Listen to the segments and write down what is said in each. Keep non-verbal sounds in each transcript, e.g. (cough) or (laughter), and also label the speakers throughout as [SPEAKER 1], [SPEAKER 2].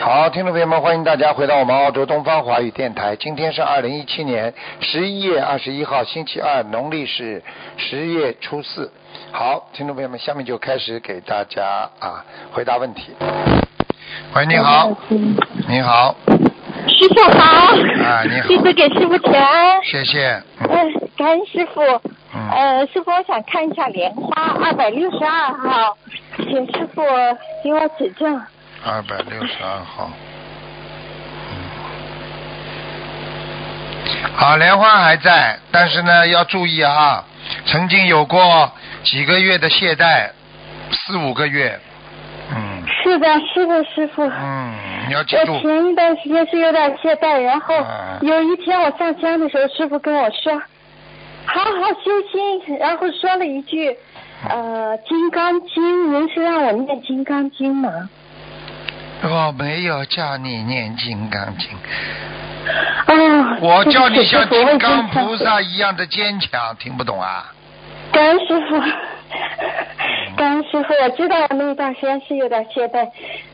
[SPEAKER 1] 好，听众朋友们，欢迎大家回到我们澳洲东方华语电台。今天是二零一七年十一月二十一号，星期二，农历是十月初四。好，听众朋友们，下面就开始给大家啊回答问题。喂，你好，你好，
[SPEAKER 2] 哦师傅好，
[SPEAKER 1] 啊你好
[SPEAKER 2] 弟子给师傅请安。
[SPEAKER 1] 谢谢。嗯
[SPEAKER 2] 嗯，感恩师傅。
[SPEAKER 1] 嗯
[SPEAKER 2] 呃，师傅，我想看一下莲花二百六十二号，请师傅给我指正。
[SPEAKER 1] 二百六十二号。嗯，好，莲花还在，但是呢要注意啊，曾经有过几个月的懈怠，四五个月，嗯
[SPEAKER 2] 是的，是的，师傅。
[SPEAKER 1] 嗯，你要记
[SPEAKER 2] 我
[SPEAKER 1] 住，
[SPEAKER 2] 前一段时间是有点懈怠，然后
[SPEAKER 1] 嗯
[SPEAKER 2] 有一天我上香的时候，师傅跟我说，好好修心，然后说了一句，呃，《金刚经》，您是让我念《金刚经》吗？
[SPEAKER 1] 我哦没有叫你念金刚经，
[SPEAKER 2] 哦，
[SPEAKER 1] 我叫你像
[SPEAKER 2] 对不起
[SPEAKER 1] 金刚菩。
[SPEAKER 2] 师傅我已经忏悔
[SPEAKER 1] 萨一样的坚强，听不懂啊？
[SPEAKER 2] 感恩师傅，感恩师傅，我知道我那一段时间是有点懈怠，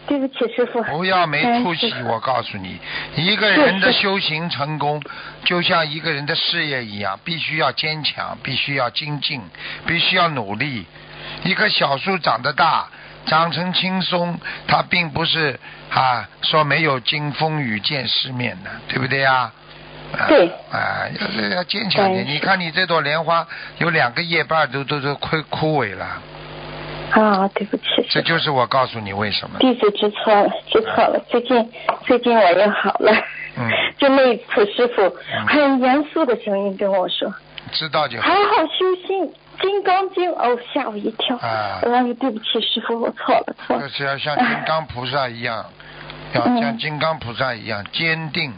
[SPEAKER 2] 对不起师傅。
[SPEAKER 1] 不要没
[SPEAKER 2] 感恩
[SPEAKER 1] 出
[SPEAKER 2] 师
[SPEAKER 1] 息，
[SPEAKER 2] 傅
[SPEAKER 1] 我告诉你，一个人的
[SPEAKER 2] 是是
[SPEAKER 1] 修行成功，就像一个人的事业一样，必须要坚强，必须要精进，必须要努力。一棵小树长得大，长成青松，它并不是啊说没有经风雨见世面的，对不对呀？啊
[SPEAKER 2] 对
[SPEAKER 1] 啊，要要坚强点。
[SPEAKER 2] 对
[SPEAKER 1] 你看你这朵莲花有两个叶瓣儿都都都枯枯萎了，
[SPEAKER 2] 啊、对不起师傅。
[SPEAKER 1] 这就是我告诉你为什么。
[SPEAKER 2] 弟子知错了，知错了。最近最近我又好了。
[SPEAKER 1] 嗯
[SPEAKER 2] 就那一次，师傅很严肃的声音跟我说
[SPEAKER 1] 知道：“就好
[SPEAKER 2] 好。好修心，《金刚经》。”哦，吓我一跳。
[SPEAKER 1] 啊
[SPEAKER 2] 我说：“对不起，师傅，我错了，错了。
[SPEAKER 1] 就是要像金刚菩萨一样，要像金刚菩萨一样坚定，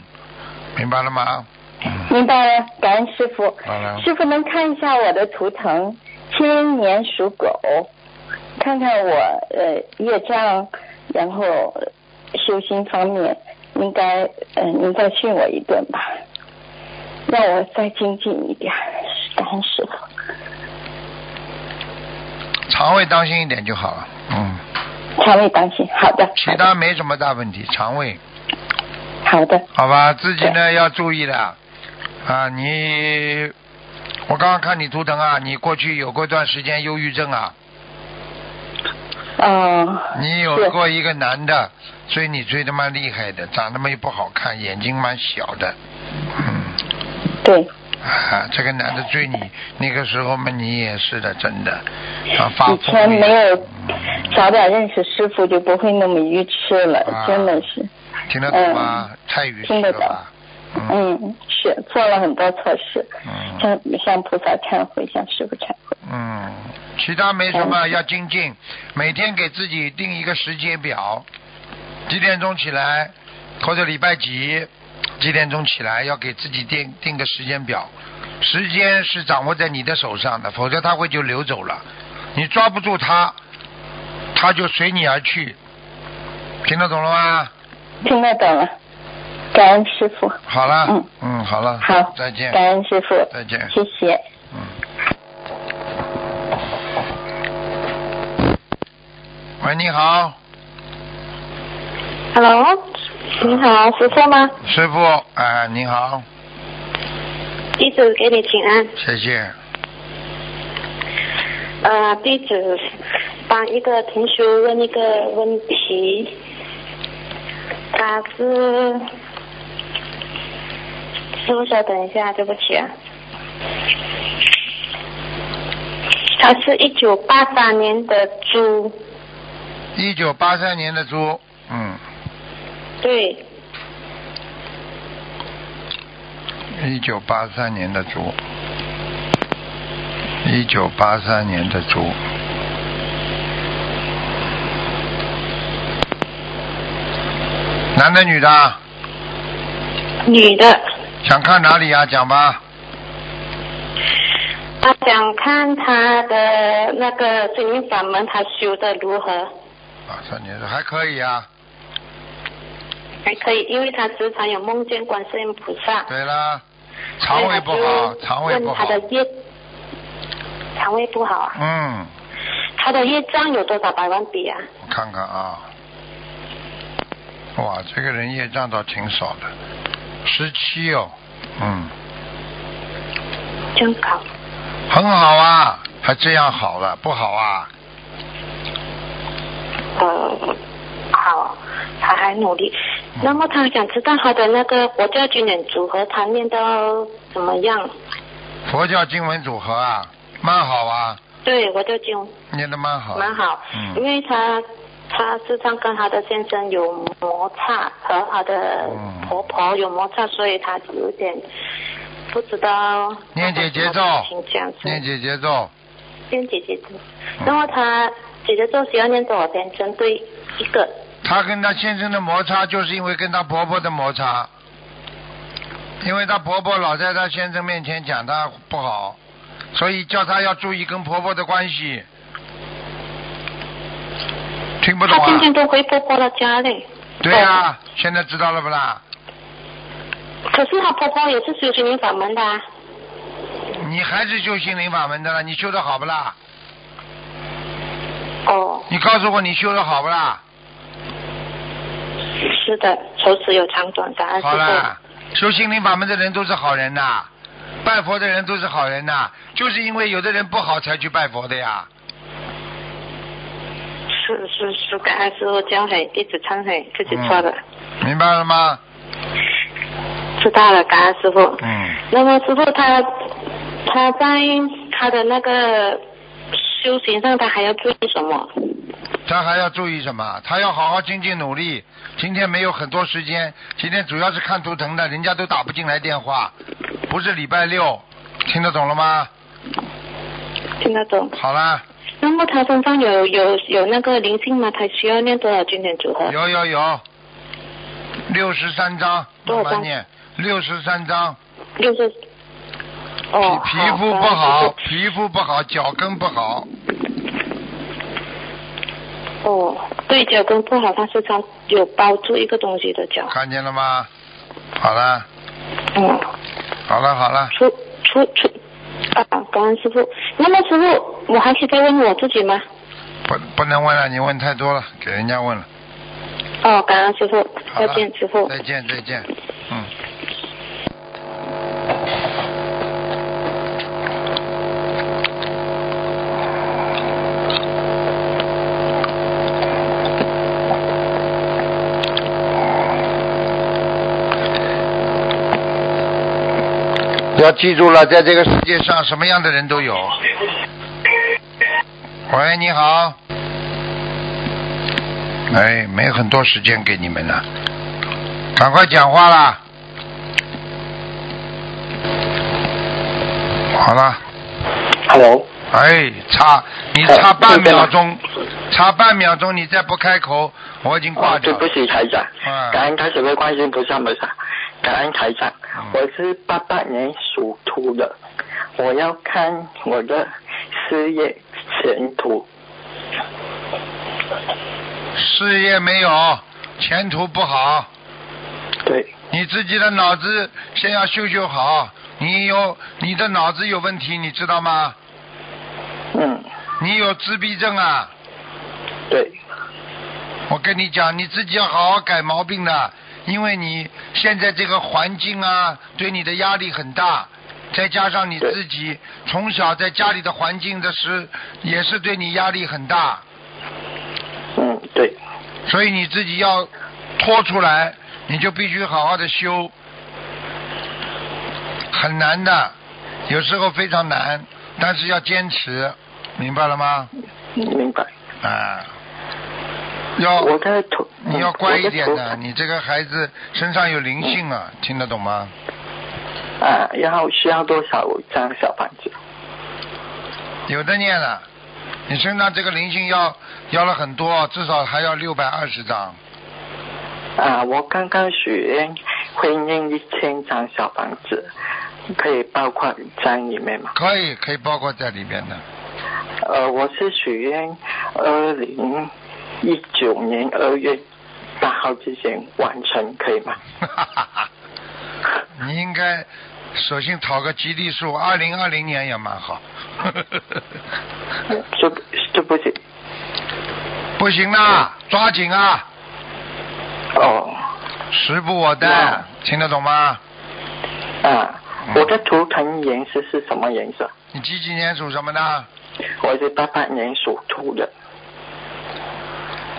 [SPEAKER 1] 明白了吗？嗯，
[SPEAKER 2] 明白了，感恩师傅
[SPEAKER 1] 好了。
[SPEAKER 2] 师傅能看一下我的图腾，七零年属狗，看看我呃业障，然后呃修心方面，应该呃您再训我一顿吧，让我再精进一点，感恩师傅。
[SPEAKER 1] 肠胃当心一点就好了。嗯，
[SPEAKER 2] 肠胃当心，好的，
[SPEAKER 1] 其他没什么大问题，肠胃
[SPEAKER 2] 好的，
[SPEAKER 1] 好吧，自己呢要注意的。啊，你，我刚刚看你图腾啊，你过去有过一段时间忧郁症啊，
[SPEAKER 2] 哦、
[SPEAKER 1] 你
[SPEAKER 2] 是
[SPEAKER 1] 有过一个男的追你追的蛮厉害的，长得嘛又不好看，眼睛蛮小的，嗯。
[SPEAKER 2] 对，
[SPEAKER 1] 啊， (laughs) 这个男的追你，那个时候嘛，你也是的，真的，啊，发
[SPEAKER 2] 以前
[SPEAKER 1] 疯一样
[SPEAKER 2] 没有早点认识师傅，就不会那么愚痴了，
[SPEAKER 1] 啊
[SPEAKER 2] 真的是。
[SPEAKER 1] 听得懂吗？太愚痴
[SPEAKER 2] 嗯听
[SPEAKER 1] 了
[SPEAKER 2] 得
[SPEAKER 1] 吧？嗯
[SPEAKER 2] 嗯，是做了很多错事，
[SPEAKER 1] 嗯
[SPEAKER 2] 向向菩萨忏悔，向师傅忏悔。
[SPEAKER 1] 嗯，其他没什
[SPEAKER 2] 哦
[SPEAKER 1] 么，要精进，每天给自己定一个时间表，几点钟起来，或者礼拜几，几点钟起来，要给自己定定个时间表。时间是掌握在你的手上的，否则他会就流走了。你抓不住他，他就随你而去。听得懂了吗？
[SPEAKER 2] 听得懂了，感恩师傅。
[SPEAKER 1] 好了，
[SPEAKER 2] 嗯
[SPEAKER 1] 嗯，好了，
[SPEAKER 2] 好，
[SPEAKER 1] 再见，
[SPEAKER 2] 感恩师傅，
[SPEAKER 1] 再见
[SPEAKER 2] 谢谢。
[SPEAKER 1] 嗯。喂，你好，
[SPEAKER 3] Hello，你好，师傅吗？
[SPEAKER 1] 师傅，哎、你好，
[SPEAKER 3] 弟子给你请安。
[SPEAKER 1] 谢谢，
[SPEAKER 3] 呃，弟子帮一个同学问一个问题，他是，师傅稍等一下，对不起啊。他是一九八三年的猪，
[SPEAKER 1] 一九八三年的猪，嗯，
[SPEAKER 3] 对，
[SPEAKER 1] 一九八三年的猪，一九八三年的猪，男的女的？
[SPEAKER 3] 女的。
[SPEAKER 1] 想看哪里啊？讲吧，
[SPEAKER 3] 他想看他的那个心灵法门，他修的如何？
[SPEAKER 1] 八三年的还可以啊。
[SPEAKER 3] 还可以，因为他时常有梦见观世音菩萨。
[SPEAKER 1] 对啦，肠胃不好，肠胃不好
[SPEAKER 3] 问他。的业，肠胃不好啊。
[SPEAKER 1] 嗯，
[SPEAKER 3] 他的业障有多少百万笔啊？
[SPEAKER 1] 我看看啊，哇，这个人业障倒挺少的，十七哦，嗯，
[SPEAKER 3] 真好，
[SPEAKER 1] 很好啊，还这样好了，不好啊？
[SPEAKER 3] 嗯，好，他还努力。
[SPEAKER 1] 嗯
[SPEAKER 3] 那么他想知道他的那个国教军人组合，他念到怎么样？
[SPEAKER 1] 佛教经文组合啊，蛮好啊，
[SPEAKER 3] 对，我就经
[SPEAKER 1] 念的蛮好。
[SPEAKER 3] 蛮好，因
[SPEAKER 1] 嗯
[SPEAKER 3] 为他他时常跟他的先生有摩擦，和他的
[SPEAKER 1] 嗯
[SPEAKER 3] 婆婆有摩擦，所以他有点不知道。
[SPEAKER 1] 念姐姐咒
[SPEAKER 3] 这样子，
[SPEAKER 1] 念姐姐咒，
[SPEAKER 3] 念姐姐咒，然后他姐姐咒需要念多少天？针对一个，
[SPEAKER 1] 她跟她先生的摩擦，就是因为跟她婆婆的摩擦，因为她婆婆老在她先生面前讲她不好，所以叫她要注意跟婆婆的关系。听不懂
[SPEAKER 3] 他
[SPEAKER 1] 啊？
[SPEAKER 3] 天天都回婆婆的家嘞。
[SPEAKER 1] 对呀、现在知道了不啦？
[SPEAKER 3] 可是他婆婆也是修心灵法门的、啊，
[SPEAKER 1] 你还是修心灵法门的了，你修的好不啦？
[SPEAKER 3] 哦，
[SPEAKER 1] 你告诉我你修的好不啦？
[SPEAKER 3] 是的，手指有长短的，
[SPEAKER 1] 好
[SPEAKER 3] 啊是的
[SPEAKER 1] 啦，修心灵法门的人都是好人呐，拜佛的人都是好人呐，就是因为有的人不好才去拜佛的呀。
[SPEAKER 3] 是是是，感恩师傅教诲，弟子忏悔，自己错的，
[SPEAKER 1] 嗯明白了吗？
[SPEAKER 3] 知道了，感恩师傅。
[SPEAKER 1] 嗯，
[SPEAKER 3] 那么师傅他他在他的那个修行上，他还要注意什么？
[SPEAKER 1] 他还要注意什么？他要好好精进努力。今天没有很多时间，今天主要是看图腾的，人家都打不进来电话，不是礼拜六，听得懂了吗？
[SPEAKER 3] 听得懂？
[SPEAKER 1] 好啦，
[SPEAKER 3] 那么他身上有有有那个灵性吗？他需要念多少经典组合？
[SPEAKER 1] 有有有，六十三章，
[SPEAKER 3] 多
[SPEAKER 1] 慢
[SPEAKER 3] 少
[SPEAKER 1] 慢
[SPEAKER 3] 章
[SPEAKER 1] 念，六十三章。
[SPEAKER 3] 就是
[SPEAKER 1] 皮
[SPEAKER 3] 哦，
[SPEAKER 1] 皮肤不好，皮肤不好，脚跟不好，
[SPEAKER 3] 感恩师父哦，对脚跟不好，他时常有包住一个东西的脚。
[SPEAKER 1] 看见了吗？好了，
[SPEAKER 3] 嗯，
[SPEAKER 1] 好了，好了，
[SPEAKER 3] 出出出啊！感恩师傅。那么师傅，我还可以再问我自己吗？
[SPEAKER 1] 不不能问了，你问太多了，给人家问了。
[SPEAKER 3] 哦，感恩师傅，
[SPEAKER 1] 好
[SPEAKER 3] 再
[SPEAKER 1] 了
[SPEAKER 3] 见师傅。
[SPEAKER 1] 再见，再见。嗯。要记住了，在这个世界上，什么样的人都有。喂，你好。哎，没有很多时间给你们了，赶快讲话啦！好了，嗯
[SPEAKER 4] Hello，
[SPEAKER 1] 哎，差你
[SPEAKER 4] 哎
[SPEAKER 1] 差半
[SPEAKER 4] 对对
[SPEAKER 1] 秒
[SPEAKER 4] 了
[SPEAKER 1] 钟，差半秒钟，你再不开口，我已经挂
[SPEAKER 4] 哦
[SPEAKER 1] 掉
[SPEAKER 4] 对不
[SPEAKER 1] 了。
[SPEAKER 4] 起台长，
[SPEAKER 1] 嗯
[SPEAKER 4] 感恩开始为关心不上不上，感恩台长
[SPEAKER 1] 嗯，
[SPEAKER 4] 我是八八年属兔的，我要看我的事业前途，
[SPEAKER 1] 事业没有，前途不好，
[SPEAKER 4] 对，
[SPEAKER 1] 你自己的脑子先要修修好。你有你的脑子有问题，你知道吗？
[SPEAKER 4] 嗯，
[SPEAKER 1] 你有自闭症啊！
[SPEAKER 4] 对，
[SPEAKER 1] 我跟你讲，你自己要好好改毛病的，因为你现在这个环境啊，对你的压力很大，再加上你自己从小在家里的环境的时，也是对你压力很大，
[SPEAKER 4] 嗯，对，
[SPEAKER 1] 所以你自己要拖出来，你就必须好好的修，很难的，有时候非常难，但是要坚持，明白了吗？
[SPEAKER 4] 明白。
[SPEAKER 1] 啊，要
[SPEAKER 4] 我的图，
[SPEAKER 1] 哦
[SPEAKER 4] 嗯
[SPEAKER 1] 你要乖一点
[SPEAKER 4] 我
[SPEAKER 1] 的，
[SPEAKER 4] 的
[SPEAKER 1] 你这个孩子身上有灵性啊，听得懂吗？
[SPEAKER 4] 图啊，要需要多少张小房子？
[SPEAKER 1] 有的念了，你身上这个灵性要要了很多，至少还要六百二十张。
[SPEAKER 4] 啊，我刚刚许愿会念一千张小房子，可以包括在里面吗？
[SPEAKER 1] 可以，可以包括在里边的。
[SPEAKER 4] 呃，我是许愿二零一九年二月八号之前完成，可以吗？
[SPEAKER 1] 你应该索性讨个吉利数，二零二零年也蛮好。
[SPEAKER 4] 对不对不起，
[SPEAKER 1] 不行啦，抓紧啊！
[SPEAKER 4] 哦，
[SPEAKER 1] 时不我待
[SPEAKER 4] 哇，
[SPEAKER 1] 听得懂吗？嗯
[SPEAKER 4] 啊，我的图腾颜色是什么颜色？
[SPEAKER 1] 你几几年属什么的？
[SPEAKER 4] 我是八八年属兔的，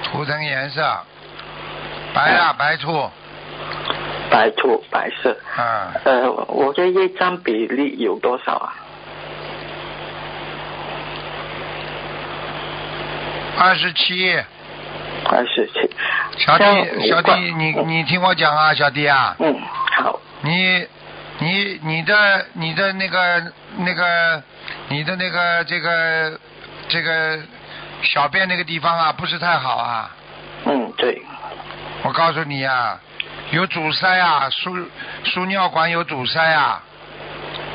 [SPEAKER 1] 图腾颜色，白的
[SPEAKER 4] 嗯
[SPEAKER 1] 白兔，
[SPEAKER 4] 白兔白色。
[SPEAKER 1] 啊，
[SPEAKER 4] 呃，我的业障比例有多少啊？
[SPEAKER 1] 二十七，
[SPEAKER 4] 二十七。
[SPEAKER 1] 小弟，小
[SPEAKER 4] 像我
[SPEAKER 1] 弟，你你听我讲啊，小弟啊，
[SPEAKER 4] 嗯，好，
[SPEAKER 1] 你你你的你的那个那个你的那个这个这个小便那个地方啊，不是太好啊。
[SPEAKER 4] 嗯，对，
[SPEAKER 1] 我告诉你啊，有阻塞啊，输输尿管有阻塞啊，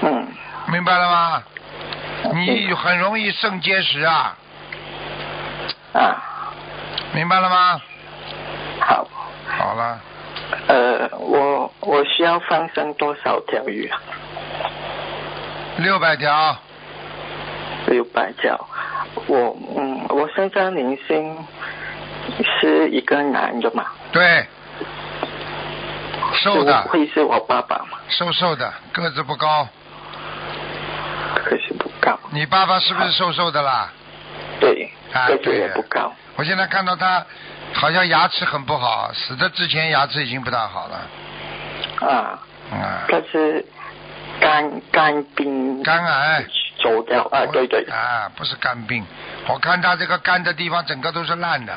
[SPEAKER 4] 嗯，
[SPEAKER 1] 明白了吗？你
[SPEAKER 4] 嗯
[SPEAKER 1] 很容易肾结石啊，
[SPEAKER 4] 啊，
[SPEAKER 1] 明白了吗？
[SPEAKER 4] 好，
[SPEAKER 1] 好了，
[SPEAKER 4] 呃，我我需要放生多少条鱼啊？
[SPEAKER 1] 六百条，
[SPEAKER 4] 六百条。我嗯，我现在年薪是一个男的嘛，
[SPEAKER 1] 对，瘦
[SPEAKER 4] 是
[SPEAKER 1] 的，
[SPEAKER 4] 会是我爸爸嘛？
[SPEAKER 1] 瘦瘦的，个子不高。
[SPEAKER 4] 可是不高，
[SPEAKER 1] 你爸爸是不是瘦瘦的啦？
[SPEAKER 4] 对，
[SPEAKER 1] 啊
[SPEAKER 4] 个子
[SPEAKER 1] 对
[SPEAKER 4] 也
[SPEAKER 1] 呀
[SPEAKER 4] 不高，
[SPEAKER 1] 我现在看到他好像牙齿很不好，死的之前牙齿已经不大好了。
[SPEAKER 4] 啊，
[SPEAKER 1] 啊、
[SPEAKER 4] 他是肝肝病
[SPEAKER 1] 肝癌。
[SPEAKER 4] 走掉啊，对对
[SPEAKER 1] 啊，不是肝病，我看他这个肝的地方整个都是烂的。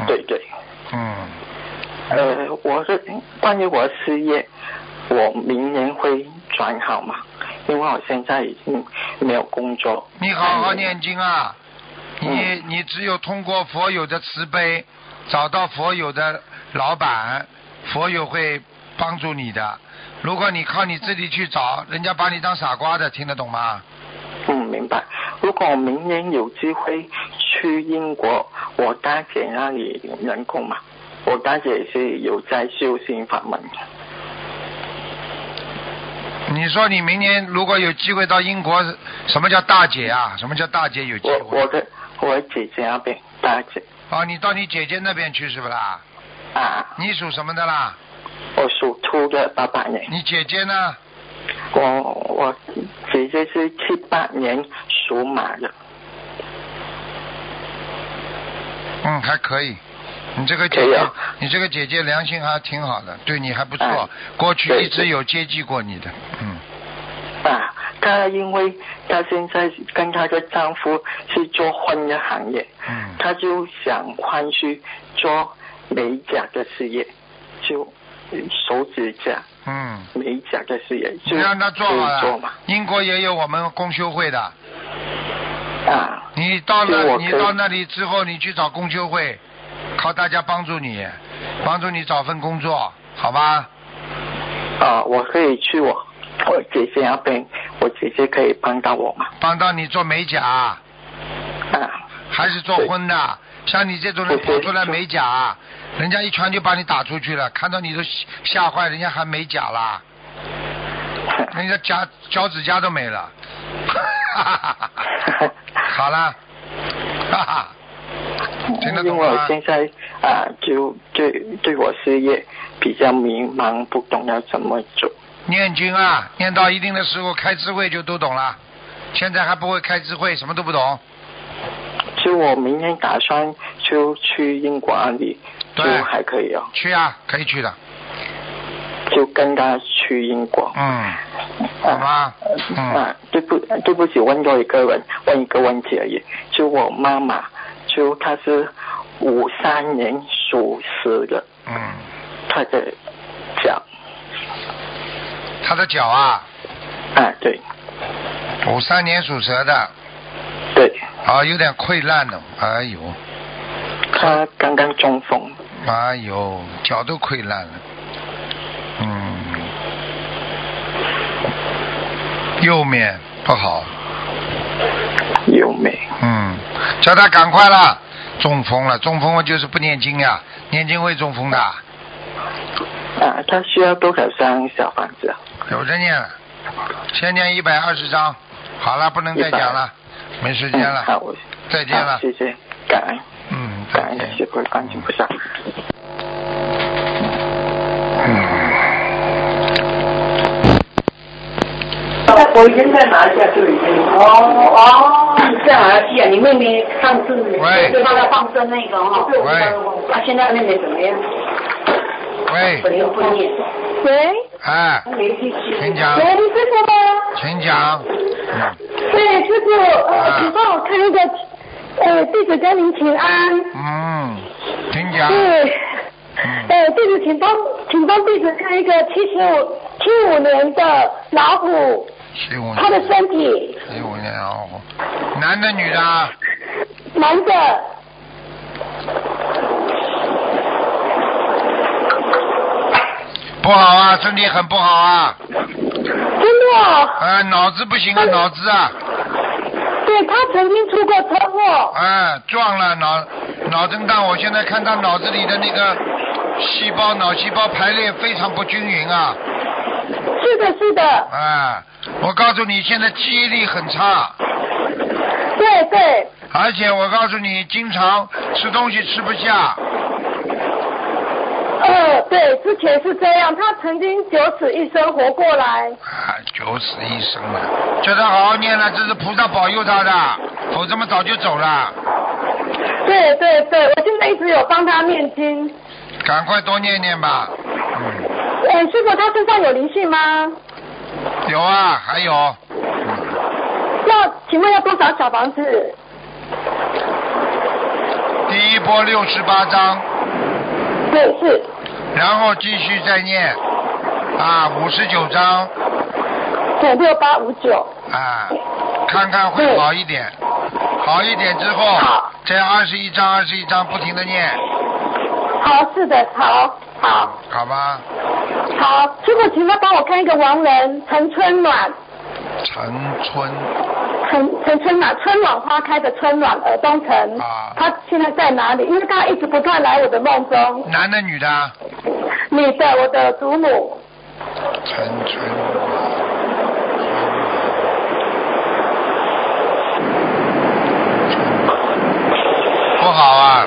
[SPEAKER 1] 嗯
[SPEAKER 4] 对。对，
[SPEAKER 1] 嗯，
[SPEAKER 4] 呃，我是关于我的事业，我明年会转好嘛？因为我现在已经没有工作。
[SPEAKER 1] 你好好念经啊！你你只有通过佛友的慈悲，找到佛友的老板，佛友会帮助你的。如果你靠你自己去找，人家把你当傻瓜的，听得懂吗？
[SPEAKER 4] 嗯，明白。如果我明年有机会去英国，我大姐那里能够嘛？我大姐是有在修心法门的。
[SPEAKER 1] 你说你明年如果有机会到英国，什么叫大姐啊？什么叫大姐有机
[SPEAKER 4] 我
[SPEAKER 1] 会？
[SPEAKER 4] 我的我的姐姐那边，大姐
[SPEAKER 1] 啊，你到你姐姐那边去是不啦？
[SPEAKER 4] 啊，
[SPEAKER 1] 你属什么的啦？
[SPEAKER 4] 我属兔的，八八年。
[SPEAKER 1] 你姐姐呢？
[SPEAKER 4] 我我姐姐是七八年属马的。
[SPEAKER 1] 嗯，还可以。你这个姐
[SPEAKER 4] 可以
[SPEAKER 1] 姐，
[SPEAKER 4] 啊
[SPEAKER 1] 你这个姐姐良心还挺好的，对你还不错。
[SPEAKER 4] 哎
[SPEAKER 1] 过去
[SPEAKER 4] 对
[SPEAKER 1] 一直有接济过你的，嗯，
[SPEAKER 4] 啊，她因为她现在跟她的丈夫是做婚的行业，
[SPEAKER 1] 嗯
[SPEAKER 4] 她就想换去做美甲的事业，就手指甲、
[SPEAKER 1] 嗯。
[SPEAKER 4] 美甲的事业，
[SPEAKER 1] 你
[SPEAKER 4] 就
[SPEAKER 1] 让她做好
[SPEAKER 4] 就做
[SPEAKER 1] 了
[SPEAKER 4] 嘛。。
[SPEAKER 1] 英国也有我们公修会的，
[SPEAKER 4] 啊，
[SPEAKER 1] 你到
[SPEAKER 4] 对
[SPEAKER 1] 那，
[SPEAKER 4] 我
[SPEAKER 1] 你
[SPEAKER 4] 可以
[SPEAKER 1] 到那里之后，你去找公修会，靠大家帮助你，帮助你找份工作，好吧？
[SPEAKER 4] 啊，我可以去我我姐姐那边，我姐姐可以帮到我嘛？
[SPEAKER 1] 帮到你做美甲，
[SPEAKER 4] 啊，
[SPEAKER 1] 还是做婚的？像你这种人
[SPEAKER 4] 对
[SPEAKER 1] 跑
[SPEAKER 4] 对
[SPEAKER 1] 出来美甲，人家一拳就把你打出去了，看到你都吓吓坏，人家还美甲啦。人家脚脚趾甲都没了。 (laughs) (laughs) 好啦，哈哈， (laughs) 听得
[SPEAKER 4] 因
[SPEAKER 1] 懂
[SPEAKER 4] 为我
[SPEAKER 1] 吗？
[SPEAKER 4] 现在啊，就对对我事业比较迷茫，不懂要怎么做。
[SPEAKER 1] 念经啊，念到一定的时候开智慧就都懂了。现在还不会开智慧，什么都不懂。
[SPEAKER 4] 就我明天打算就去英国那里，就
[SPEAKER 1] 对
[SPEAKER 4] 还可以哦，
[SPEAKER 1] 去啊，嗯可以去的。
[SPEAKER 4] 就跟他去英国。
[SPEAKER 1] 嗯，好吗？嗯，
[SPEAKER 4] 啊，对不对不起，问多一个人，问一个问题而已。就我妈妈，就她是五三年属蛇的，
[SPEAKER 1] 嗯，
[SPEAKER 4] 她的脚
[SPEAKER 1] 他的脚啊，
[SPEAKER 4] 啊，对
[SPEAKER 1] 五三年属蛇的，
[SPEAKER 4] 对，
[SPEAKER 1] 啊，有点溃烂了。哎呦，
[SPEAKER 4] 她刚刚中风，
[SPEAKER 1] 哎呦，脚都溃烂了。嗯，右面不好。
[SPEAKER 4] 有没？
[SPEAKER 1] 嗯，叫他赶快啦！中风了，中风了就是不念经呀、念经会中风的，
[SPEAKER 4] 啊，她需要多少张小房子啊？
[SPEAKER 1] 有的念了，先念一百二十章，好了，不能再讲了，没时间
[SPEAKER 4] 嗯，好，
[SPEAKER 1] 了，
[SPEAKER 4] 我
[SPEAKER 1] 再见了
[SPEAKER 4] 好，谢谢，感恩
[SPEAKER 1] 嗯，
[SPEAKER 4] 感
[SPEAKER 1] 再
[SPEAKER 4] 恩
[SPEAKER 1] 见
[SPEAKER 4] 师。傅，感恩菩萨。
[SPEAKER 5] 我应该拿一下就已经。哦哦，这样拿去啊？你妹妹上次
[SPEAKER 1] 喂
[SPEAKER 5] 对帮她放生那个哈、
[SPEAKER 1] 喂
[SPEAKER 5] 她、现在妹妹怎么样？
[SPEAKER 1] 喂，
[SPEAKER 5] 本人不念，
[SPEAKER 6] 喂，
[SPEAKER 1] 哎，
[SPEAKER 5] 没继续。
[SPEAKER 1] 请讲
[SPEAKER 6] 喂，，你师傅吗？
[SPEAKER 1] 请讲，嗯
[SPEAKER 6] 对，师傅，
[SPEAKER 1] 啊
[SPEAKER 6] 呃，请帮我看一个，呃，弟子跟您请安。
[SPEAKER 1] 嗯，请讲，
[SPEAKER 6] 对，
[SPEAKER 1] 嗯
[SPEAKER 6] 呃，弟子请帮，请帮弟子看一个七十五七五年的老虎，
[SPEAKER 1] 七五
[SPEAKER 6] 他的
[SPEAKER 1] 年，
[SPEAKER 6] 身体，
[SPEAKER 1] 七五年老虎，男的女的啊？
[SPEAKER 6] 男的，
[SPEAKER 1] 不好啊，身体很不好啊，
[SPEAKER 6] 真的哦，
[SPEAKER 1] 啊，脑子不行啊，脑子啊，
[SPEAKER 6] 对他曾经出过车祸，
[SPEAKER 1] 啊，撞了脑脑震荡，我现在看他脑子里的那个细胞脑细胞排列非常不均匀啊，
[SPEAKER 6] 是的，是的，
[SPEAKER 1] 啊，我告诉你，现在记忆力很差，
[SPEAKER 6] 对对，
[SPEAKER 1] 而且我告诉你，经常吃东西吃不下，
[SPEAKER 6] 呃，对，之前是这样，他曾经九死一生活过来，
[SPEAKER 1] 啊，九死一生了，叫他好好念了，这是菩萨保佑他的，否则嘛早就走了，
[SPEAKER 6] 对对对，我现在一直有帮他念经。
[SPEAKER 1] 赶快多念念吧，嗯，
[SPEAKER 6] 呃，师傅，他身上有灵性吗？
[SPEAKER 1] 有啊，还有。
[SPEAKER 6] 要请问要多少小房子？
[SPEAKER 1] 第一波六十八章，
[SPEAKER 6] 对，是。
[SPEAKER 1] 然后继续再念啊，五十九章
[SPEAKER 6] 对，六八五九。
[SPEAKER 1] 啊，看看会好一点，好一点之后
[SPEAKER 6] 好，
[SPEAKER 1] 再二十一章二十一章不停的念，
[SPEAKER 6] 好，是的，好，好，
[SPEAKER 1] 好吧？
[SPEAKER 6] 好。师傅，请问帮我看一个亡人陈春暖，
[SPEAKER 1] 陈春
[SPEAKER 6] 陈陈春暖，春暖花开的春暖，尔东城。
[SPEAKER 1] 啊
[SPEAKER 6] 他现在在哪里？因为他一直不断来我的梦中。
[SPEAKER 1] 男的女的啊？
[SPEAKER 6] 你的，我的祖母。
[SPEAKER 1] 陈春不好啊，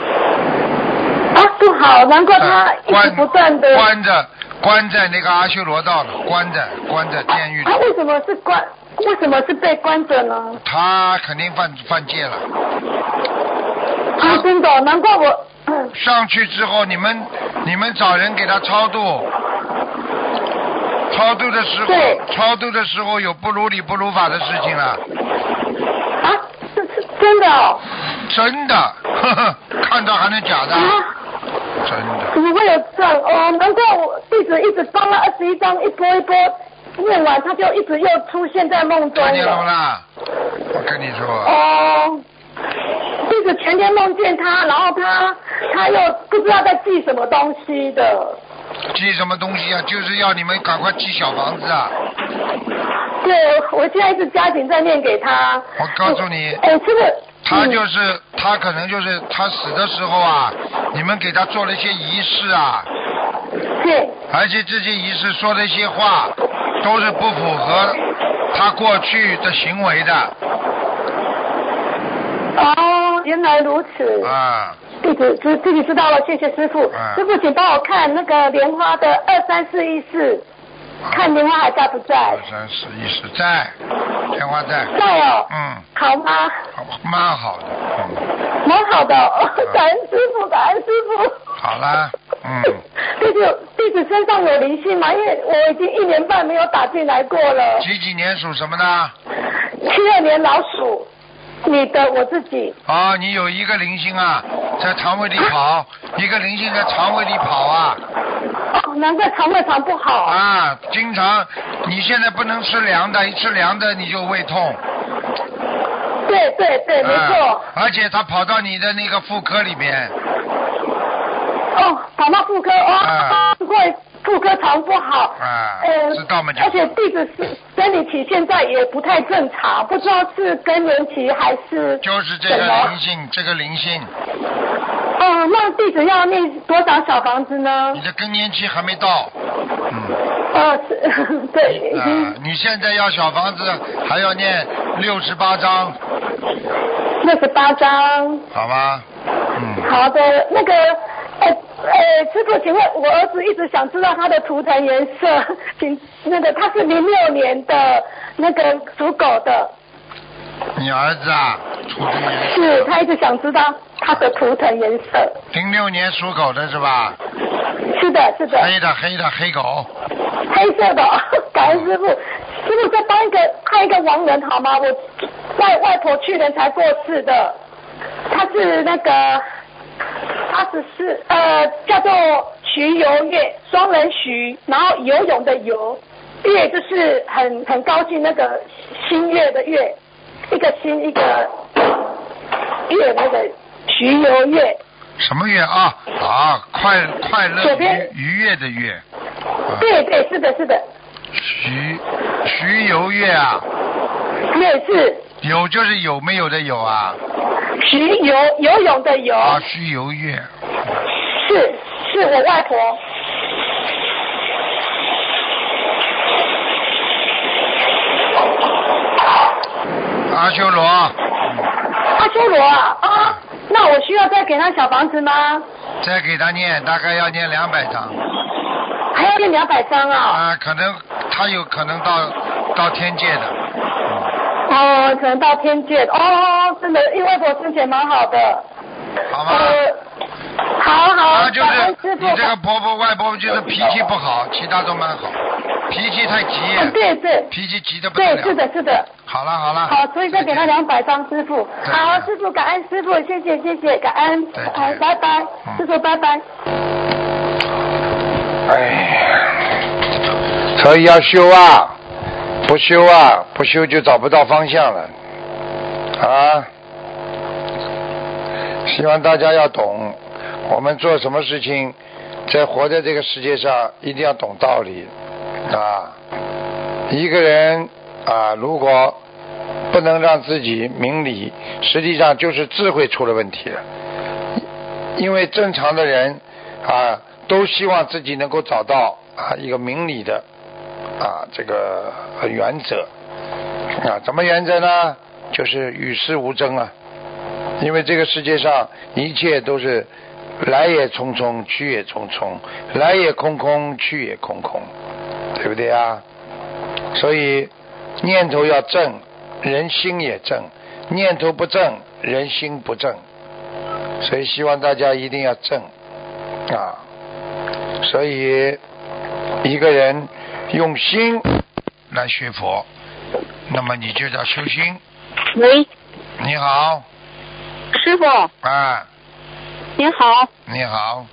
[SPEAKER 6] 啊，不好，难怪他
[SPEAKER 1] 啊
[SPEAKER 6] 一直
[SPEAKER 1] 关
[SPEAKER 6] 不断的。
[SPEAKER 1] 关着关在那个阿修罗道了，关着关在监狱里
[SPEAKER 6] 他。啊为什么是关？为什么是被关着呢？
[SPEAKER 1] 他肯定犯犯戒了。
[SPEAKER 6] 啊，真的，难怪我。嗯
[SPEAKER 1] 上去之后，你们你们找人给他超度，超度的时
[SPEAKER 6] 对
[SPEAKER 1] 候，超度的时候有不如理不如法的事情了，
[SPEAKER 6] 啊，是是真的哦。
[SPEAKER 1] 真的， (laughs) 呵呵，看到还能假的，
[SPEAKER 6] 啊。
[SPEAKER 1] 真的。
[SPEAKER 6] 怎么会有这样？哦，难怪我弟子一直帮了二十一章，一波一波念完，他就一直又出现在梦中
[SPEAKER 1] 看见了不
[SPEAKER 6] 了。
[SPEAKER 1] 啦？我跟你说，
[SPEAKER 6] 哦，弟子前天梦见他，然后他他又不知道在记什么东西的。
[SPEAKER 1] 记什么东西啊？就是要你们赶快记小房子啊！
[SPEAKER 6] 对，我现在一直加紧在念给他。
[SPEAKER 1] 我告诉你
[SPEAKER 6] 哎，这个
[SPEAKER 1] 他
[SPEAKER 6] 嗯
[SPEAKER 1] 就是他，可能就是他死的时候啊，你们给他做了一些仪式啊，
[SPEAKER 6] 对
[SPEAKER 1] 而且这些仪式说的一些话，都是不符合他过去的行为的
[SPEAKER 6] 哦，原来如此。
[SPEAKER 1] 啊。
[SPEAKER 6] 弟子知自己知道了，谢谢师傅。
[SPEAKER 1] 嗯
[SPEAKER 6] 师傅，请帮我看那个莲花的二三四一四，看莲花还在不在
[SPEAKER 1] 二？三四一十在，莲花在，
[SPEAKER 6] 在哦。
[SPEAKER 1] 嗯，
[SPEAKER 6] 好吗？
[SPEAKER 1] 好蛮好的，嗯，
[SPEAKER 6] 蛮好的哦，感恩师傅，感恩师傅。
[SPEAKER 1] 好啦，嗯，
[SPEAKER 6] (laughs) 弟子弟子身上有灵性吗？因为我已经一年半没有打进来过了。
[SPEAKER 1] 几几年属什么呢？
[SPEAKER 6] 七二年老鼠，你的我自己。
[SPEAKER 1] 啊，你有一个灵性啊，在肠胃里跑，一个灵性在肠胃里跑啊
[SPEAKER 6] 哦，难怪肠胃肠不好。
[SPEAKER 1] 啊，经常你现在不能吃凉的，一吃凉的你就胃痛，
[SPEAKER 6] 对对对，没错
[SPEAKER 1] 啊。，而且它跑到你的那个妇科里边，
[SPEAKER 6] 哦，跑到妇科
[SPEAKER 1] 啊
[SPEAKER 6] 哦，难怪妇科肠不好。
[SPEAKER 1] 啊
[SPEAKER 6] 呃
[SPEAKER 1] 知道吗就
[SPEAKER 6] 而且弟子是生理期现在也不太正常，不知道是更年期还是
[SPEAKER 1] 就是这
[SPEAKER 6] 什
[SPEAKER 1] 个
[SPEAKER 6] 么
[SPEAKER 1] 灵性，这个灵性，
[SPEAKER 6] 哦，那弟子要念多少小房子呢
[SPEAKER 1] 你？的更年期还没到，嗯，
[SPEAKER 6] 呃，是 (laughs) 对，已
[SPEAKER 1] 啊、
[SPEAKER 6] 经
[SPEAKER 1] 你现在要小房子，还要念六十八章，
[SPEAKER 6] 六十八章。
[SPEAKER 1] 好吧？嗯，
[SPEAKER 6] 好的，那个哎哎，师傅，请问我儿子一直想知道他的图腾颜色，请那个他是零六年的那个属狗的，
[SPEAKER 1] 你儿子啊，出生年
[SPEAKER 6] 是他一直想知道他的图腾颜色。
[SPEAKER 1] 零六年属狗的是吧？
[SPEAKER 6] 是的，是的，
[SPEAKER 1] 黑的黑的黑狗，
[SPEAKER 6] 黑色的， (laughs) 感恩师傅。师傅再帮一个看一个亡人好吗？我外外婆去年才过世的，她是那个二十四呃，叫做徐游月，双人徐，然后游泳的游，月就是很很高兴那个新月的月，一个新一个月那个徐游月。
[SPEAKER 1] 什么月啊？啊，快快乐
[SPEAKER 6] 左边
[SPEAKER 1] 愉愉悦的悦，啊
[SPEAKER 6] 对对，是的，是的，
[SPEAKER 1] 徐徐游月啊，
[SPEAKER 6] 月是
[SPEAKER 1] 有就是有没有的有啊，
[SPEAKER 6] 徐游游泳的游。
[SPEAKER 1] 啊，徐游月，
[SPEAKER 6] 是是我外婆。
[SPEAKER 1] 阿修罗，
[SPEAKER 6] 阿修罗啊啊，那我需要再给他小房子吗？
[SPEAKER 1] 再给他念，大概要念两百张
[SPEAKER 6] 还要念两百张啊？
[SPEAKER 1] 啊，可能他有可能到到天界的，
[SPEAKER 6] 哦，可能到天界哦，真的，因为外婆身体蛮好的。
[SPEAKER 1] 好吗？
[SPEAKER 6] 呃，好好，
[SPEAKER 1] 啊，就
[SPEAKER 6] 感恩
[SPEAKER 1] 是
[SPEAKER 6] 哦师
[SPEAKER 1] 你
[SPEAKER 6] 傅。
[SPEAKER 1] 这个婆婆外婆就是脾气不好，其他都蛮好，脾气太
[SPEAKER 6] 嗯
[SPEAKER 1] 急，
[SPEAKER 6] 对对
[SPEAKER 1] 脾气急的不得
[SPEAKER 6] 对，是
[SPEAKER 1] 了。
[SPEAKER 6] 的，是的。
[SPEAKER 1] 好了好了，
[SPEAKER 6] 好，所以再给他两百张，师傅。
[SPEAKER 1] 啊对
[SPEAKER 6] 好，师傅，感恩师傅，谢谢谢谢，感恩，
[SPEAKER 1] 对
[SPEAKER 6] 感恩拜拜
[SPEAKER 1] 嗯，
[SPEAKER 6] 师傅拜拜。
[SPEAKER 1] 哎，所以要修啊，不修啊，不修就找不到方向了啊！希望大家要懂，我们做什么事情，在活在这个世界上，一定要懂道理啊！一个人啊，如果不能让自己明理，实际上就是智慧出了问题了。因为正常的人啊，都希望自己能够找到啊一个明理的啊这个呃原则啊，怎么原则呢？就是与世无争啊，因为这个世界上一切都是来也匆匆，去也匆匆，来也空空，去也空空，对不对啊？所以念头要正，人心也正；念头不正，人心不正。所以希望大家一定要正啊。所以一个人用心来学佛，那么你就叫修心。
[SPEAKER 7] 喂，
[SPEAKER 1] 你好，
[SPEAKER 7] 师傅，
[SPEAKER 1] 啊，
[SPEAKER 7] 您好，
[SPEAKER 1] 你好，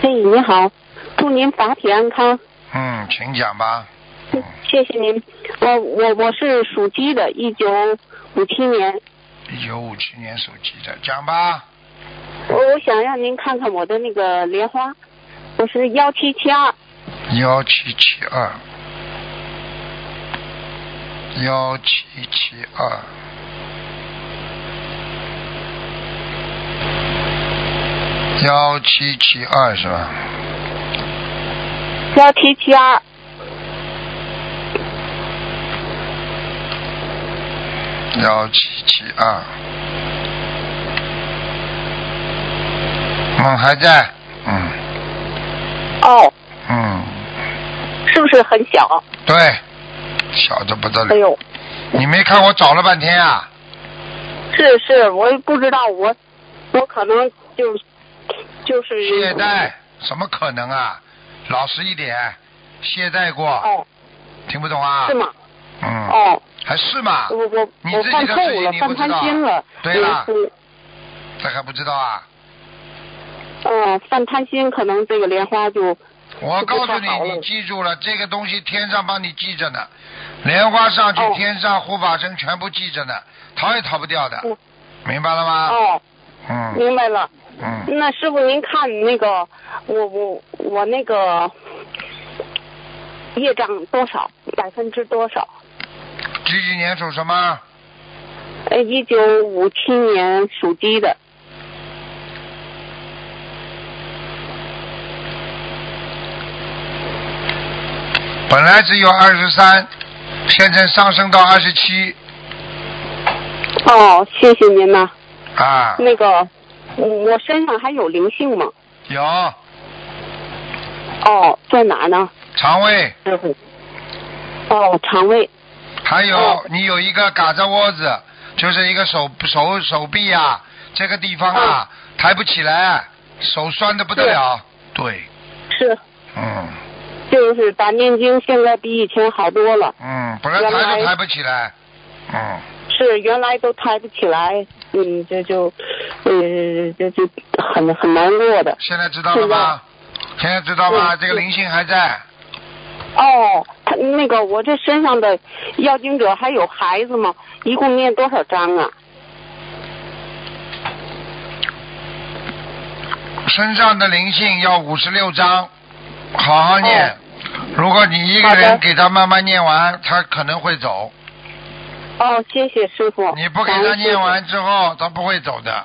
[SPEAKER 7] 嘿，您哎好，祝您法体安康，
[SPEAKER 1] 嗯，请讲吧。嗯
[SPEAKER 7] 谢谢您。我我我是属鸡的，一九五七年，
[SPEAKER 1] 一九五七年属鸡的，讲吧。
[SPEAKER 7] 我我想让您看看我的那个莲花，我是幺七七二，
[SPEAKER 1] 幺七七二，幺七七二。幺七七二是吧？
[SPEAKER 7] 幺七七二，
[SPEAKER 1] 幺七七二，嗯，还在，嗯
[SPEAKER 7] 哦，
[SPEAKER 1] 嗯，
[SPEAKER 7] 是不是很小？
[SPEAKER 1] 对，小的不得
[SPEAKER 7] 哎
[SPEAKER 1] 了。
[SPEAKER 7] 呦，
[SPEAKER 1] 你没看我找了半天啊？
[SPEAKER 7] 是是，我也不知道，我我可能就就是
[SPEAKER 1] 懈怠？什么可能啊？老实一点，懈怠过，
[SPEAKER 7] 哦，
[SPEAKER 1] 听不懂啊
[SPEAKER 7] 是？吗？
[SPEAKER 1] 嗯，
[SPEAKER 7] 哦，
[SPEAKER 1] 还是嘛？
[SPEAKER 7] 我我
[SPEAKER 1] 你
[SPEAKER 7] 我
[SPEAKER 1] 自己
[SPEAKER 7] 犯
[SPEAKER 1] 的
[SPEAKER 7] 错
[SPEAKER 1] 事
[SPEAKER 7] 误
[SPEAKER 1] 情
[SPEAKER 7] 了
[SPEAKER 1] 你，不
[SPEAKER 7] 犯
[SPEAKER 1] 知
[SPEAKER 7] 贪
[SPEAKER 1] 道
[SPEAKER 7] 心了，
[SPEAKER 1] 对
[SPEAKER 7] 嗯
[SPEAKER 1] 了
[SPEAKER 7] 嗯
[SPEAKER 1] 这还不知道啊？
[SPEAKER 7] 嗯，犯贪心，可能这个莲花就
[SPEAKER 1] 我告诉你，你记住了，这个东西天上帮你记着呢，莲花上去，
[SPEAKER 7] 哦
[SPEAKER 1] 天上护法神全部记着呢，逃也逃不掉的
[SPEAKER 7] 嗯，
[SPEAKER 1] 明白了吗？
[SPEAKER 7] 哦，
[SPEAKER 1] 嗯
[SPEAKER 7] 明白了。
[SPEAKER 1] 嗯，
[SPEAKER 7] 那师傅您看那个，我我我那个业障多少？百分之多少？
[SPEAKER 1] 几几年属什么？
[SPEAKER 7] 呃，一九五七年属鸡的。
[SPEAKER 1] 本来只有二十三，现在上升到二十七
[SPEAKER 7] 哦，谢谢您呐、
[SPEAKER 1] 啊，
[SPEAKER 7] 嗯那个，我我身上还有灵性吗？
[SPEAKER 1] 有
[SPEAKER 7] 哦，在哪呢？
[SPEAKER 1] 肠胃，
[SPEAKER 7] 师傅。哦，肠胃。
[SPEAKER 1] 还
[SPEAKER 7] 哦
[SPEAKER 1] 有你有一个嘎吱窝子，就是一个手手手臂呀、
[SPEAKER 7] 嗯
[SPEAKER 1] 这个地方啊抬不起来，手酸的不得了。对，
[SPEAKER 7] 是，
[SPEAKER 1] 嗯
[SPEAKER 7] 就是打念经，现在比以前好多了。
[SPEAKER 1] 嗯，本来
[SPEAKER 7] 原来
[SPEAKER 1] 抬都抬不起来，嗯，
[SPEAKER 7] 是原来都抬不起来，嗯，这就，呃，这就很很难过的。
[SPEAKER 1] 现在知道了吗？现在知道吗？这
[SPEAKER 7] 对
[SPEAKER 1] 个灵性还在，
[SPEAKER 7] 哦，他那个我这身上的要经者还有孩子吗？一共念多少章啊？
[SPEAKER 1] 身上的灵性要五十六章，好好念。如果你一个
[SPEAKER 7] 哦好的
[SPEAKER 1] 人给他慢慢念完，他可能会走。
[SPEAKER 7] 哦，谢谢师傅。
[SPEAKER 1] 你不给
[SPEAKER 7] 感
[SPEAKER 1] 他
[SPEAKER 7] 恩师
[SPEAKER 1] 念
[SPEAKER 7] 傅
[SPEAKER 1] 完之后，他不会走的。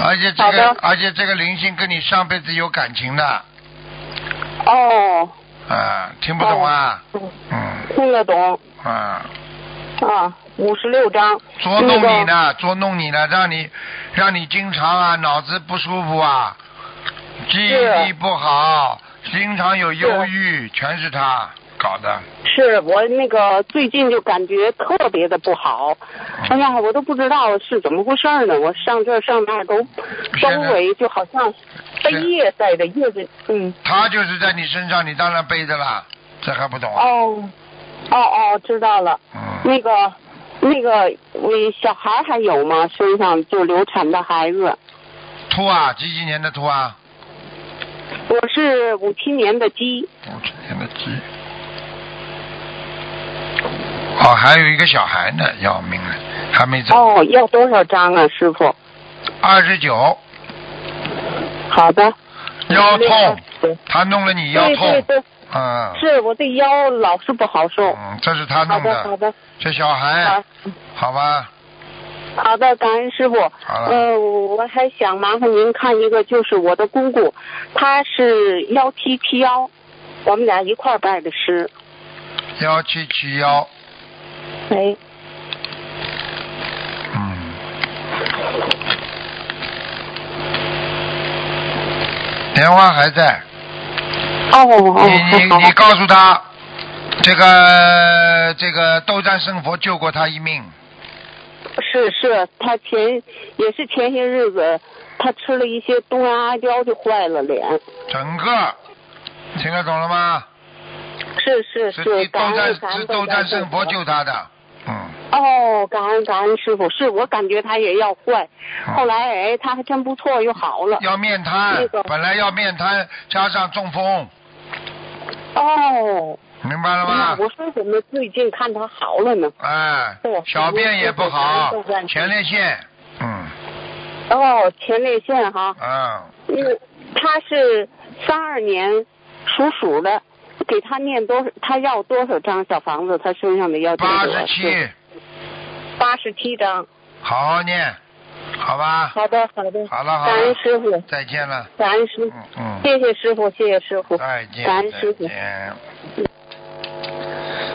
[SPEAKER 1] 而且这
[SPEAKER 7] 好
[SPEAKER 1] 个
[SPEAKER 7] 的，
[SPEAKER 1] 而且这个灵性跟你上辈子有感情的，
[SPEAKER 7] 哦，
[SPEAKER 1] 啊，听不懂啊，
[SPEAKER 7] 嗯
[SPEAKER 1] 嗯，
[SPEAKER 7] 听得懂
[SPEAKER 1] 啊，
[SPEAKER 7] 啊，五十六章。
[SPEAKER 1] 捉弄你
[SPEAKER 7] 那个
[SPEAKER 1] 呢，捉弄你呢，让你让你经常啊脑子不舒服啊，记忆力
[SPEAKER 7] 是
[SPEAKER 1] 不好，经常有忧郁，全是他搞的。
[SPEAKER 7] 是我那个最近就感觉特别的不好，
[SPEAKER 1] 嗯
[SPEAKER 7] 哎呀，我都不知道是怎么回事儿呢。我上这儿上那儿都
[SPEAKER 1] 现在
[SPEAKER 7] 周围就好像被
[SPEAKER 1] 现
[SPEAKER 7] 叶塞的叶子，嗯，
[SPEAKER 1] 他就是在你身上，你当然背着啦，这还不懂啊？
[SPEAKER 7] 哦，哦哦，知道了。
[SPEAKER 1] 嗯，
[SPEAKER 7] 那个那个，你小孩还有吗？身上就流产的孩子，
[SPEAKER 1] 兔啊，几几年的兔啊？
[SPEAKER 7] 我是五七年的鸡，
[SPEAKER 1] 五十年的鸡。哦，还有一个小孩呢，要命了，还没走。
[SPEAKER 7] 哦，要多少张啊，师傅？
[SPEAKER 1] 二十九，
[SPEAKER 7] 好的。
[SPEAKER 1] 腰痛，
[SPEAKER 7] 对。
[SPEAKER 1] 他弄了你腰
[SPEAKER 7] 对对
[SPEAKER 1] 痛，
[SPEAKER 7] 对，
[SPEAKER 1] 嗯，
[SPEAKER 7] 是我的腰老是不好受。
[SPEAKER 1] 嗯，这是他
[SPEAKER 7] 好
[SPEAKER 1] 弄
[SPEAKER 7] 的好的
[SPEAKER 1] 这小孩
[SPEAKER 7] 好，
[SPEAKER 1] 好吧，
[SPEAKER 7] 好的，感恩师傅。
[SPEAKER 1] 好了，
[SPEAKER 7] 呃，我还想麻烦您看一个，就是我的姑姑，她是幺七七幺，我们俩一块儿拜的师。
[SPEAKER 1] 幺七七幺，
[SPEAKER 7] 哎，
[SPEAKER 1] 嗯，莲花还在，
[SPEAKER 7] 哦哦，
[SPEAKER 1] 你你
[SPEAKER 7] 好
[SPEAKER 1] 你告诉他，这个这个斗战胜佛救过他一命，
[SPEAKER 7] 是是，他前也是前些日子，他吃了一些东阿胶就坏了脸。
[SPEAKER 1] 整个听得懂了吗？
[SPEAKER 7] 是是
[SPEAKER 1] 是
[SPEAKER 7] 是，
[SPEAKER 1] 斗
[SPEAKER 7] 感
[SPEAKER 1] 战
[SPEAKER 7] 恩感
[SPEAKER 1] 是
[SPEAKER 7] 恩
[SPEAKER 1] 斗战胜佛
[SPEAKER 7] 感
[SPEAKER 1] 救他的，嗯，
[SPEAKER 7] 恩哦，感恩感恩师傅，是我感觉他也要坏，
[SPEAKER 1] 嗯
[SPEAKER 7] 后来哎他还真不错，又好了。
[SPEAKER 1] 要面瘫
[SPEAKER 7] 那个，
[SPEAKER 1] 本来要面瘫，加上中风，
[SPEAKER 7] 哦，
[SPEAKER 1] 明白了吗
[SPEAKER 7] 那？我说怎么最近看他好了呢？
[SPEAKER 1] 哎
[SPEAKER 7] 对，
[SPEAKER 1] 小便也不好
[SPEAKER 7] 我们，
[SPEAKER 1] 前列腺，嗯
[SPEAKER 7] 哦，前列腺哈，
[SPEAKER 1] 啊，
[SPEAKER 7] 嗯，他是三二年属鼠的，给他念多少？他要多少张小房子？他身上的要
[SPEAKER 1] 八十，七，
[SPEAKER 7] 八十七张。
[SPEAKER 1] 好好念，好吧？
[SPEAKER 7] 好的，好的，
[SPEAKER 1] 好了好
[SPEAKER 7] 感恩
[SPEAKER 1] 了，
[SPEAKER 7] 师傅，
[SPEAKER 1] 再见了，
[SPEAKER 7] 感恩师
[SPEAKER 1] 嗯
[SPEAKER 7] 傅，
[SPEAKER 1] 嗯。
[SPEAKER 7] 谢谢师傅，谢谢师傅，
[SPEAKER 1] 再见，
[SPEAKER 7] 感恩师
[SPEAKER 1] 再
[SPEAKER 7] 傅。
[SPEAKER 1] 见。